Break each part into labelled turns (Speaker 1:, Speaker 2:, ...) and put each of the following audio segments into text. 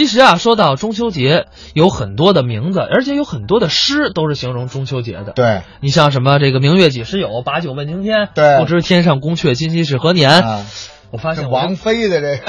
Speaker 1: 其实啊，说到中秋节，有很多的名字，而且有很多的诗都是形容中秋节的。
Speaker 2: 对，
Speaker 1: 你像什么这个“明月几时有，把酒问青天”，
Speaker 2: 对
Speaker 1: 不知天上宫阙，今夕是何年？
Speaker 2: 啊
Speaker 1: 我发
Speaker 2: 这
Speaker 1: 现
Speaker 2: 王
Speaker 1: 我
Speaker 2: 菲的这，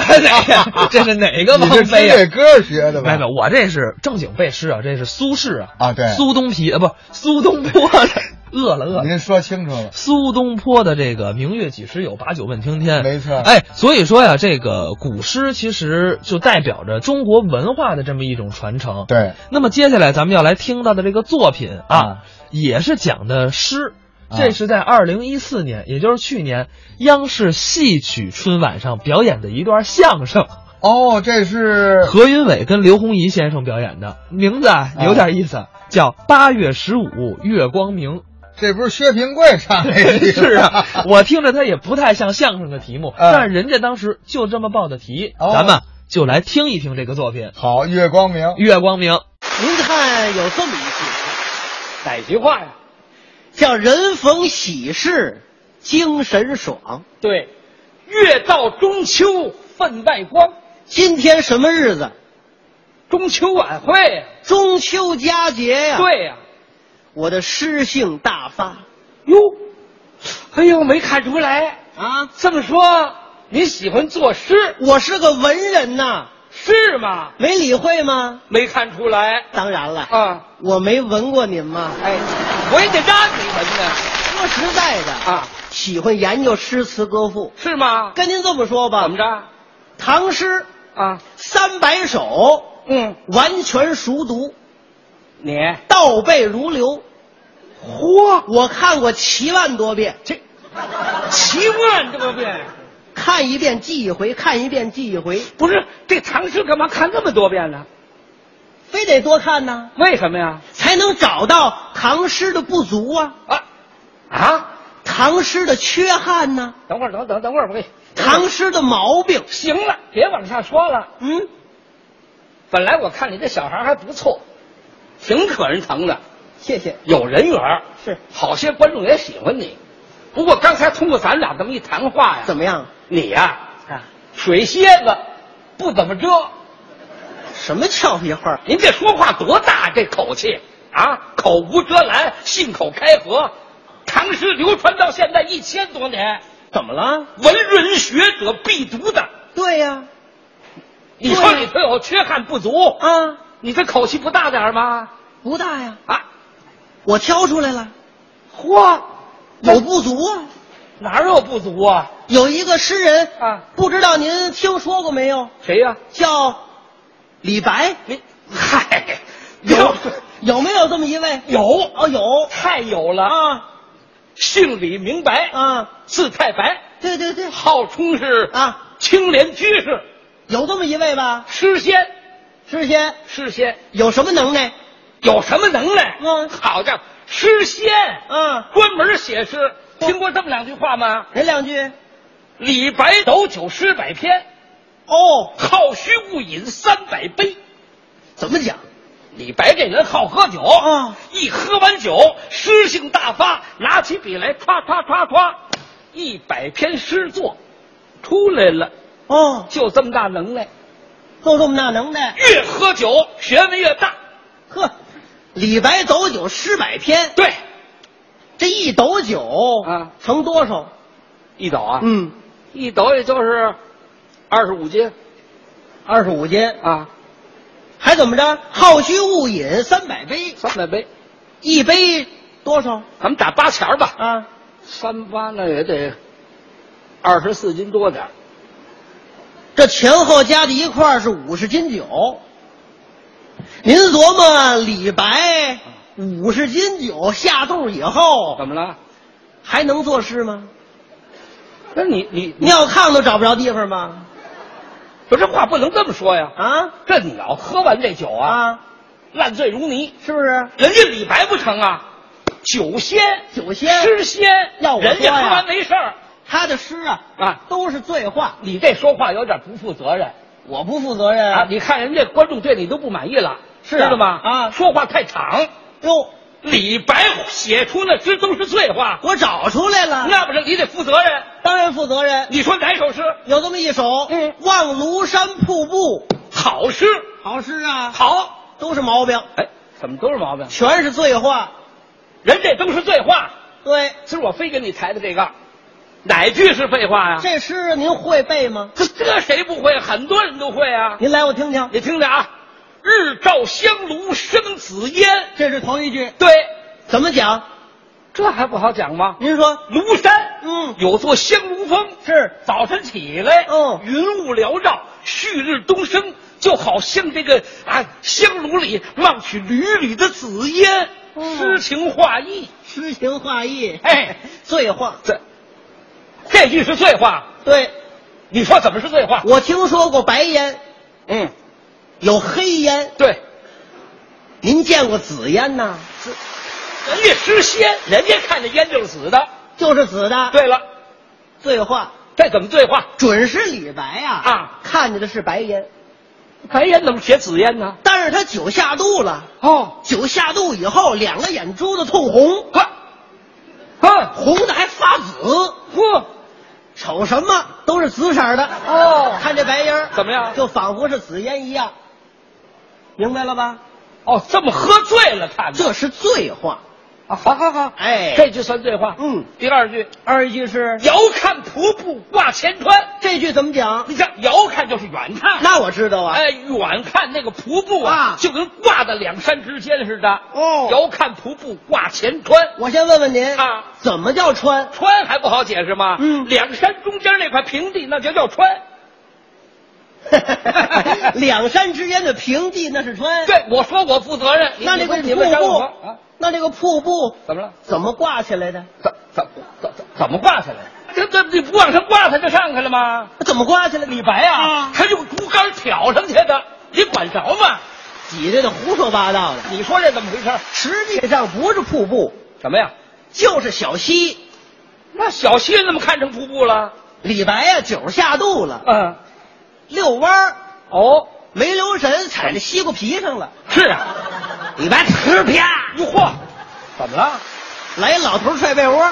Speaker 1: 这这是哪个
Speaker 2: 你
Speaker 1: 王
Speaker 2: 是
Speaker 1: 妃
Speaker 2: 听
Speaker 1: 呀、
Speaker 2: 这歌学的
Speaker 1: 没有没
Speaker 2: 吧？
Speaker 1: 有，我这是正经背诗啊，这是苏轼啊，
Speaker 2: 啊，对，
Speaker 1: 苏东皮啊，不，苏东坡的，饿了饿了。
Speaker 2: 您说清楚了，
Speaker 1: 苏东坡的这个“明月几时有，把酒问青天”，
Speaker 2: 没错
Speaker 1: 哎，所以说呀，这个古诗其实就代表着中国文化的这么一种传承。
Speaker 2: 对，
Speaker 1: 那么接下来咱们要来听到的这个作品啊，
Speaker 2: 啊
Speaker 1: 也是讲的诗。
Speaker 2: 啊
Speaker 1: 这是在二零一四年，也就是去年央视戏曲春晚上表演的一段相声，
Speaker 2: 哦，这是
Speaker 1: 何云伟跟刘洪怡先生表演的，名字啊有点意思，叫《八月十五月光明
Speaker 2: 这不是薛平贵 唱的》。
Speaker 1: 是啊，我听着它也不太像相声的题目，
Speaker 2: 嗯
Speaker 1: 但是人家当时就这么报的题，
Speaker 2: 哦
Speaker 1: 咱们就来听一听这个作品《
Speaker 2: 好，月光明，
Speaker 1: 月光明》。
Speaker 3: 您看有这么一句，哪句话呀？叫“人逢喜事精神爽
Speaker 4: 对，月到中秋分外光，”。
Speaker 3: 今天什么日子？
Speaker 4: 中秋晚会呀、
Speaker 3: 中秋佳节呀、，
Speaker 4: 对呀、
Speaker 3: 我的诗性大发
Speaker 4: 哟，哎呦，没看出来。
Speaker 3: 啊！
Speaker 4: 这么说，您喜欢作诗
Speaker 3: 我是个文人呐，
Speaker 4: 是吗？
Speaker 3: 没理会吗？
Speaker 4: 没看出来
Speaker 3: 当然了，
Speaker 4: 啊！
Speaker 3: 我没闻过您吗？
Speaker 4: 哎，我也得让你闻呢
Speaker 3: 说实在的，
Speaker 4: 啊，
Speaker 3: 喜欢研究诗词歌赋。
Speaker 4: 是吗？
Speaker 3: 跟您这么说吧，
Speaker 4: 怎么？着
Speaker 3: 唐诗
Speaker 4: 啊？
Speaker 3: 三百首
Speaker 4: 嗯，
Speaker 3: 完全熟读，
Speaker 4: 你
Speaker 3: 倒背如流。
Speaker 4: 嚯，
Speaker 3: 我看过七万多遍，这
Speaker 4: 七万多遍，
Speaker 3: 看一遍记一回，看一遍记一回，
Speaker 4: 不是这唐诗干嘛看那么多遍呢？
Speaker 3: 非得多看呢，
Speaker 4: 为什么呀？
Speaker 3: 才能找到唐诗的不足啊，
Speaker 4: 啊啊！
Speaker 3: 唐诗的缺憾呢、
Speaker 4: 等会儿，等等等会儿，我给你。
Speaker 3: 唐诗的毛病。
Speaker 4: 行了，别往下说了。
Speaker 3: 嗯，
Speaker 4: 本来我看你这小孩还不错，挺可人疼的，
Speaker 3: 谢谢。
Speaker 4: 有人缘儿
Speaker 3: 是
Speaker 4: 好些观众也喜欢你。不过刚才通过咱俩这么一谈话呀，
Speaker 3: 怎
Speaker 4: 么
Speaker 3: 么样？
Speaker 4: 你呀、
Speaker 3: 啊，
Speaker 4: 水蝎子，不怎么遮。
Speaker 3: 什么俏皮话？
Speaker 4: 您这说话多大这口气啊？口无遮拦，信口开河。唐诗流传到现在一千多年，
Speaker 3: 怎么了？
Speaker 4: 文人学者必读的。
Speaker 3: 对呀、
Speaker 4: 你说你这有缺憾不足，
Speaker 3: 啊，
Speaker 4: 你这口气不大点儿吗？
Speaker 3: 不大呀，
Speaker 4: 啊，
Speaker 3: 我挑出来了，
Speaker 4: 嚯，
Speaker 3: 有不足啊。
Speaker 4: 哪有不足啊？
Speaker 3: 有一个诗人
Speaker 4: 啊，
Speaker 3: 不知道您听说过没有？
Speaker 4: 谁呀、
Speaker 3: 叫李白，
Speaker 4: 你嗨，
Speaker 3: 有有没有这么一位？
Speaker 4: 有
Speaker 3: 哦，有
Speaker 4: 太有了！
Speaker 3: 啊
Speaker 4: 姓李名白，
Speaker 3: 啊，
Speaker 4: 字太白，
Speaker 3: 对对对，
Speaker 4: 号称是
Speaker 3: 啊
Speaker 4: 青莲居士，
Speaker 3: 有这么一位吧？
Speaker 4: 诗仙，
Speaker 3: 诗仙
Speaker 4: 诗仙
Speaker 3: 有什么能耐？
Speaker 4: 有什么能耐？
Speaker 3: 嗯
Speaker 4: 好家伙，诗仙，
Speaker 3: 啊，
Speaker 4: 专门写诗。听过这么两句话吗？
Speaker 3: 哪两句？
Speaker 4: 李白斗酒诗百篇，
Speaker 3: 哦，
Speaker 4: 好虚勿饮三百杯。
Speaker 3: 怎么讲？
Speaker 4: 李白这人好喝酒
Speaker 3: 啊
Speaker 4: 一喝完酒诗性大发，拿起笔来歘歘歘歘，一百篇诗作出来了，
Speaker 3: 哦，
Speaker 4: 就这么大能耐。
Speaker 3: 就这么大能耐？
Speaker 4: 越喝酒学问越大，
Speaker 3: 呵，李白斗酒诗百篇，
Speaker 4: 对，
Speaker 3: 这一斗酒
Speaker 4: 啊
Speaker 3: 成多少？
Speaker 4: 一斗啊，
Speaker 3: 嗯，
Speaker 4: 一斗也就是二十五斤
Speaker 3: 二十五斤，
Speaker 4: 啊，
Speaker 3: 还怎么着？好虚勿饮三百杯，
Speaker 4: 三百杯。
Speaker 3: 一杯多少
Speaker 4: 咱们打八钱儿吧，
Speaker 3: 啊？
Speaker 4: 三八那也得二十四斤多点儿
Speaker 3: 这前后加在一块儿是五十斤酒。您琢磨李白五十斤酒下肚以后
Speaker 4: 怎么了？
Speaker 3: 还能作诗吗？
Speaker 4: 那你你你，
Speaker 3: 尿炕都找不着地方吗？
Speaker 4: 不是话不能这么说呀。
Speaker 3: 啊
Speaker 4: 这你要喝完这酒啊，
Speaker 3: 啊，
Speaker 4: 烂醉如泥。
Speaker 3: 是不是？
Speaker 4: 人家李白不成啊，酒仙、
Speaker 3: 酒仙
Speaker 4: 诗仙，
Speaker 3: 要我说呀
Speaker 4: 人家喝完没事儿
Speaker 3: 他的诗啊
Speaker 4: 啊。
Speaker 3: 都是醉话，
Speaker 4: 你这说话有点不负责任
Speaker 3: 我不负责任
Speaker 4: 啊！你看人家观众对你都不满意了，
Speaker 3: 是啊
Speaker 4: 知道吗？
Speaker 3: 啊
Speaker 4: 说话太长。
Speaker 3: 哟，
Speaker 4: 李白写出那诗都是醉话，
Speaker 3: 我找出来了，
Speaker 4: 那不是你得负责任？
Speaker 3: 当然负责任。
Speaker 4: 你说哪首诗？
Speaker 3: 有这么一首，
Speaker 4: 嗯
Speaker 3: 望庐山瀑布
Speaker 4: 好诗，
Speaker 3: 好诗啊，
Speaker 4: 好，
Speaker 3: 都是毛病，
Speaker 4: 哎，怎么都是毛病？
Speaker 3: 全是醉话。
Speaker 4: 人这都是醉话，
Speaker 3: 对，
Speaker 4: 今儿我非跟你抬的这个，哪句是废话呀？
Speaker 3: 啊这诗您会背吗？
Speaker 4: 这这谁不会？很多人都会啊。
Speaker 3: 您来我听听。
Speaker 4: 你听着啊，日照香炉生紫烟，
Speaker 3: 这是头一句，
Speaker 4: 对，
Speaker 3: 怎么讲？
Speaker 4: 这还不好讲吗？
Speaker 3: 您说，
Speaker 4: 庐山，
Speaker 3: 嗯
Speaker 4: 有座香炉峰，
Speaker 3: 是
Speaker 4: 早晨起来，
Speaker 3: 嗯
Speaker 4: 云雾缭绕，旭日东升，就好像这个啊香炉里冒起缕缕的紫烟，
Speaker 3: 嗯
Speaker 4: 诗情画意。
Speaker 3: 诗情画意，
Speaker 4: 哎，
Speaker 3: 醉话。
Speaker 4: 这这句是醉话，
Speaker 3: 对，
Speaker 4: 你说怎么是醉话？
Speaker 3: 我听说过白烟，
Speaker 4: 嗯，
Speaker 3: 有黑烟，
Speaker 4: 对，
Speaker 3: 您见过紫烟呐？
Speaker 4: 人家吃鲜，人家看着烟就是死的。
Speaker 3: 就是紫的。，
Speaker 4: 对了，
Speaker 3: 醉话
Speaker 4: 这怎么醉话？
Speaker 3: 准是李白呀、
Speaker 4: 啊
Speaker 3: 看见的是白烟，
Speaker 4: 白烟怎么写紫烟呢？
Speaker 3: 但是他酒下肚了，
Speaker 4: 哦，
Speaker 3: 酒下肚以后，两个眼珠子通红，
Speaker 4: 呵，呵，
Speaker 3: 红的还发紫，
Speaker 4: 嚯，
Speaker 3: 瞅什么都是紫色的。
Speaker 4: 哦
Speaker 3: 看这白烟儿
Speaker 4: 怎么样
Speaker 3: 就仿佛是紫烟一样，明白了吧？
Speaker 4: 哦，这么喝醉了看的。
Speaker 3: 这是醉话。
Speaker 4: 啊，好好好，
Speaker 3: 哎
Speaker 4: 这句算醉话。
Speaker 3: 嗯，
Speaker 4: 第二句，
Speaker 3: 二句是
Speaker 4: 遥看瀑布挂前川。
Speaker 3: 这句怎么讲？
Speaker 4: 你看，遥看就是远看。
Speaker 3: 那我知道啊。
Speaker 4: 哎，远看那个瀑布啊，
Speaker 3: 啊
Speaker 4: 就跟挂在两山之间似的。
Speaker 3: 哦
Speaker 4: 遥看瀑布挂前川，
Speaker 3: 我先问问您
Speaker 4: 啊，
Speaker 3: 怎么叫穿？
Speaker 4: 川还不好解释吗？
Speaker 3: 嗯
Speaker 4: 两山中间那块平地，那就叫川。
Speaker 3: 两山之间的平地那是川。，
Speaker 4: 对，我说我负责任。你
Speaker 3: 那这
Speaker 4: 你
Speaker 3: 个
Speaker 4: 们你们
Speaker 3: 瀑
Speaker 4: 商
Speaker 3: 布，
Speaker 4: 量吧啊，
Speaker 3: 那这个瀑布
Speaker 4: 怎么了？
Speaker 3: 怎么挂起来的？
Speaker 4: 怎怎怎怎怎么挂下来？这这你不往上挂，它就上去了吗？
Speaker 3: 怎么挂起来？李白
Speaker 4: 啊，他用竹竿挑上去的，你管着吗？
Speaker 3: 挤兑的胡说八道的，
Speaker 4: 你说这怎么回事？
Speaker 3: 实际上不是瀑布，
Speaker 4: 什么呀？
Speaker 3: 就是小溪。
Speaker 4: 那小溪怎么看成瀑布了？
Speaker 3: 李白呀、酒下肚了，
Speaker 4: 嗯，
Speaker 3: 遛弯儿
Speaker 4: 哦，
Speaker 3: 没留神踩在西瓜皮上了。
Speaker 4: 是啊。
Speaker 3: 李白呲啪，
Speaker 4: 哟嚯，怎么了？
Speaker 3: 来一老头踹被窝，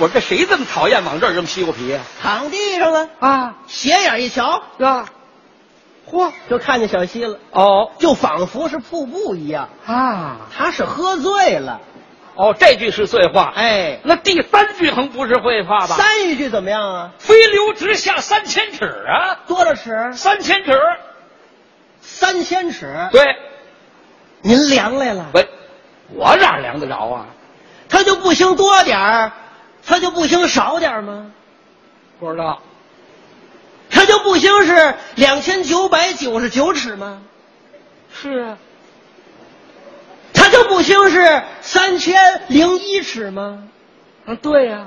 Speaker 4: 我这谁这么讨厌往这儿扔西瓜皮呀、
Speaker 3: 躺地上了。
Speaker 4: 啊？
Speaker 3: 斜眼一瞧，
Speaker 4: 啊，嚯，
Speaker 3: 就看见小溪了，
Speaker 4: 哦
Speaker 3: 就仿佛是瀑布一样。
Speaker 4: 啊，
Speaker 3: 他是喝醉了，
Speaker 4: 哦，这句是醉话。
Speaker 3: 哎，
Speaker 4: 那第三句横不是废话吧？
Speaker 3: 三一句怎么样啊？
Speaker 4: 飞流直下三千尺啊，
Speaker 3: 多少尺？
Speaker 4: 三千尺。
Speaker 3: 三千尺。
Speaker 4: 对，
Speaker 3: 您量来了，
Speaker 4: 喂，我哪儿量得着啊？
Speaker 3: 他就不兴多点儿，他就不兴少点儿吗？
Speaker 4: 不知道。
Speaker 3: 他就不兴是两千九百九十九尺吗？
Speaker 4: 是啊。
Speaker 3: 他就不兴是三千零一尺吗？
Speaker 4: 嗯，对呀、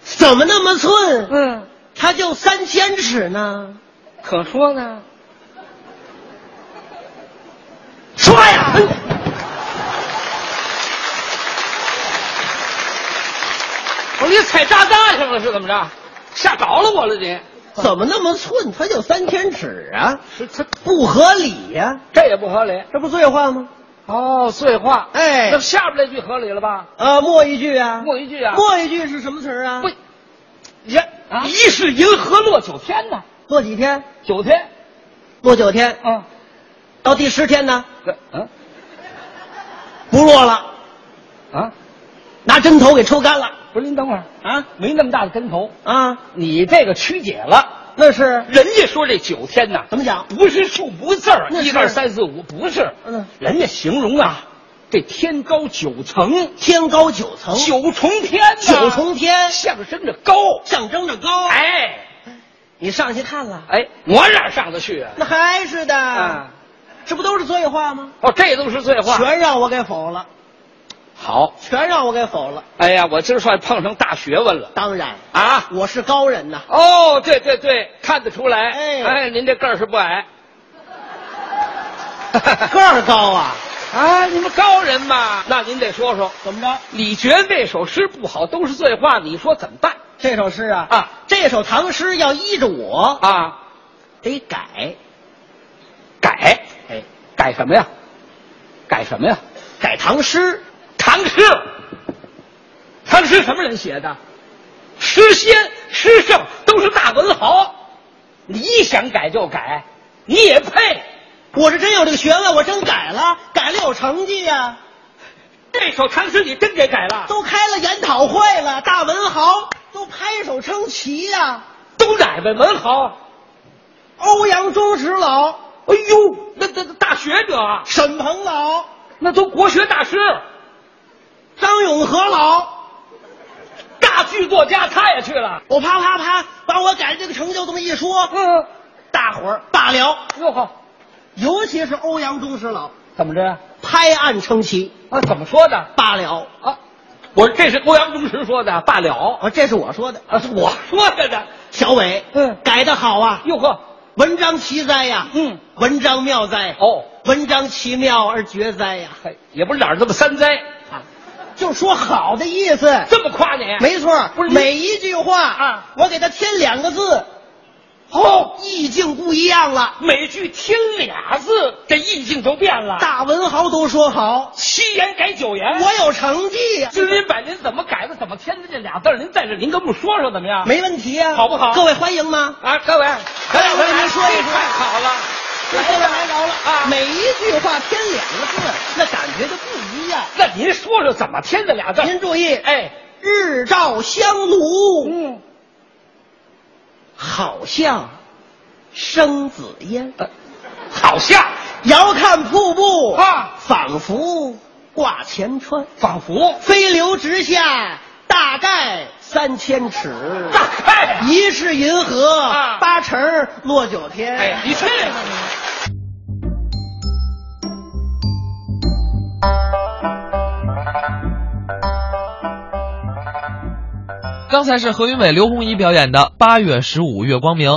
Speaker 3: 怎么那么寸？
Speaker 4: 嗯，
Speaker 3: 他就三千尺呢？
Speaker 4: 可说呢。
Speaker 3: 说呀！
Speaker 4: 我说你踩炸弹上了是怎么着？吓着了我了你？
Speaker 3: 怎么那么寸？他就三千尺啊？
Speaker 4: 是他
Speaker 3: 不合理呀、
Speaker 4: 这也不合理。
Speaker 3: 这不醉话吗？
Speaker 4: 哦，碎话。
Speaker 3: 哎
Speaker 4: 那下边这句合理了吧？
Speaker 3: 呃，末一句啊，
Speaker 4: 末一句啊
Speaker 3: 末一句是什么词儿啊？
Speaker 4: 不，你看
Speaker 3: 啊
Speaker 4: 一是银河落九天呢，
Speaker 3: 落几天？
Speaker 4: 九天。
Speaker 3: 落九天，
Speaker 4: 啊，
Speaker 3: 到第十天呢，
Speaker 4: 这嗯
Speaker 3: 不落了，
Speaker 4: 啊，
Speaker 3: 拿针头给抽干了
Speaker 4: 不是您等会儿，
Speaker 3: 啊
Speaker 4: 没那么大的跟头，
Speaker 3: 啊！
Speaker 4: 你这个曲解了。
Speaker 3: 那是
Speaker 4: 人家说这九天呐，
Speaker 3: 怎么讲
Speaker 4: 不是数目字儿，
Speaker 3: 那是
Speaker 4: 一二三四五，不是。
Speaker 3: 嗯
Speaker 4: 人家形容啊，这天高九层，
Speaker 3: 天高九层，
Speaker 4: 九啊重天
Speaker 3: 哦
Speaker 4: 呐，
Speaker 3: 九重天
Speaker 4: 象征着高。
Speaker 3: 象征着高。，
Speaker 4: 哎
Speaker 3: 你上去看了，
Speaker 4: 哎，我哪上得去啊？
Speaker 3: 那还是的，
Speaker 4: 啊，
Speaker 3: 这不都是醉话吗？
Speaker 4: 哦，这都是醉话。
Speaker 3: 全让我给否了，
Speaker 4: 好，
Speaker 3: 全让我给否了。
Speaker 4: 哎呀，我今儿算碰上大学问了
Speaker 3: 当然，
Speaker 4: 啊！
Speaker 3: 我是高人 呐，
Speaker 4: 哦，对对对，看得出来。
Speaker 3: 哎
Speaker 4: 哎，您这个儿是不矮。
Speaker 3: 个儿高啊，
Speaker 4: 啊，你们高人嘛，那您得说说，
Speaker 3: 怎么着？
Speaker 4: 你觉得这首诗不好，都是醉话，你说怎么办
Speaker 3: 这首诗啊
Speaker 4: 啊，
Speaker 3: 这首唐诗要依着我
Speaker 4: 啊？
Speaker 3: 得改，
Speaker 4: 改，
Speaker 3: 哎，
Speaker 4: 改什么呀？改什么呀？
Speaker 3: 改唐诗。
Speaker 4: 唐诗，唐诗什么人写的？诗仙、诗圣都是大文豪，你想改就改，你也配？
Speaker 3: 我是真有这个学问，我真改了，改了有成绩呀、
Speaker 4: 这首唐诗你真给改了，
Speaker 3: 都开了研讨会了，大文豪都拍手称奇呀、
Speaker 4: 都哪位文豪？
Speaker 3: 欧阳中石老、
Speaker 4: 哎呦，那那那大学者啊，
Speaker 3: 沈鹏老、
Speaker 4: 那都国学大师、
Speaker 3: 张永和老，
Speaker 4: 大剧作家，他也去了。
Speaker 3: 我啪啪啪把我改的这个成就这么一说，
Speaker 4: 嗯，
Speaker 3: 大伙儿罢了，
Speaker 4: 哟呵，
Speaker 3: 尤其是欧阳中石老
Speaker 4: 怎么着呀？
Speaker 3: 拍案称奇，
Speaker 4: 啊，怎么说的？
Speaker 3: 罢了。
Speaker 4: 啊，我这是欧阳中石说的，罢了。
Speaker 3: 啊，这是我说的，
Speaker 4: 啊，是我说的呢。
Speaker 3: 小伟，
Speaker 4: 嗯
Speaker 3: 改的好啊，
Speaker 4: 哟呵，
Speaker 3: 文章奇哉呀、
Speaker 4: 嗯，
Speaker 3: 文章妙哉，
Speaker 4: 哦，
Speaker 3: 文章奇妙而绝哉呀、
Speaker 4: 嘿，也不是哪儿这么三灾，
Speaker 3: 啊，就说好的意思，
Speaker 4: 这么夸你？
Speaker 3: 没错，
Speaker 4: 哎不是
Speaker 3: 每一句话
Speaker 4: 啊，
Speaker 3: 我给他添两个字，
Speaker 4: 哦，
Speaker 3: 意境不一样了。
Speaker 4: 每句添俩字，这意境都变了。
Speaker 3: 大文豪都说好，
Speaker 4: 七言改九言，
Speaker 3: 我有成绩呀、
Speaker 4: 金林百您怎么改的？怎么添的这俩字儿？您在这儿您跟我们说说怎么样？
Speaker 3: 没问题呀、
Speaker 4: 好不好
Speaker 3: 各位欢迎吗？
Speaker 4: 啊，各位，
Speaker 3: 各位您说一
Speaker 4: 这
Speaker 3: 说
Speaker 4: 哎太好了，
Speaker 3: 这
Speaker 4: 来
Speaker 3: 这
Speaker 4: 了
Speaker 3: 来着了
Speaker 4: 啊！
Speaker 3: 每一句话添两个字，那感觉就不一样。
Speaker 4: 那您说说怎么添的俩字儿？
Speaker 3: 您注意，
Speaker 4: 哎，
Speaker 3: 日照香炉，
Speaker 4: 嗯，
Speaker 3: 好像生紫烟；
Speaker 4: 呃好像
Speaker 3: 遥看瀑布
Speaker 4: 啊
Speaker 3: 仿佛挂前川。
Speaker 4: 仿佛
Speaker 3: 飞流直下，大概三千尺。
Speaker 4: 大概，
Speaker 3: 疑是银河，
Speaker 4: 啊
Speaker 3: 八成儿落九天。
Speaker 4: 哎，你去吧你。
Speaker 1: 刚才是何云伟、刘洪怡表演的《八月十五月光明》。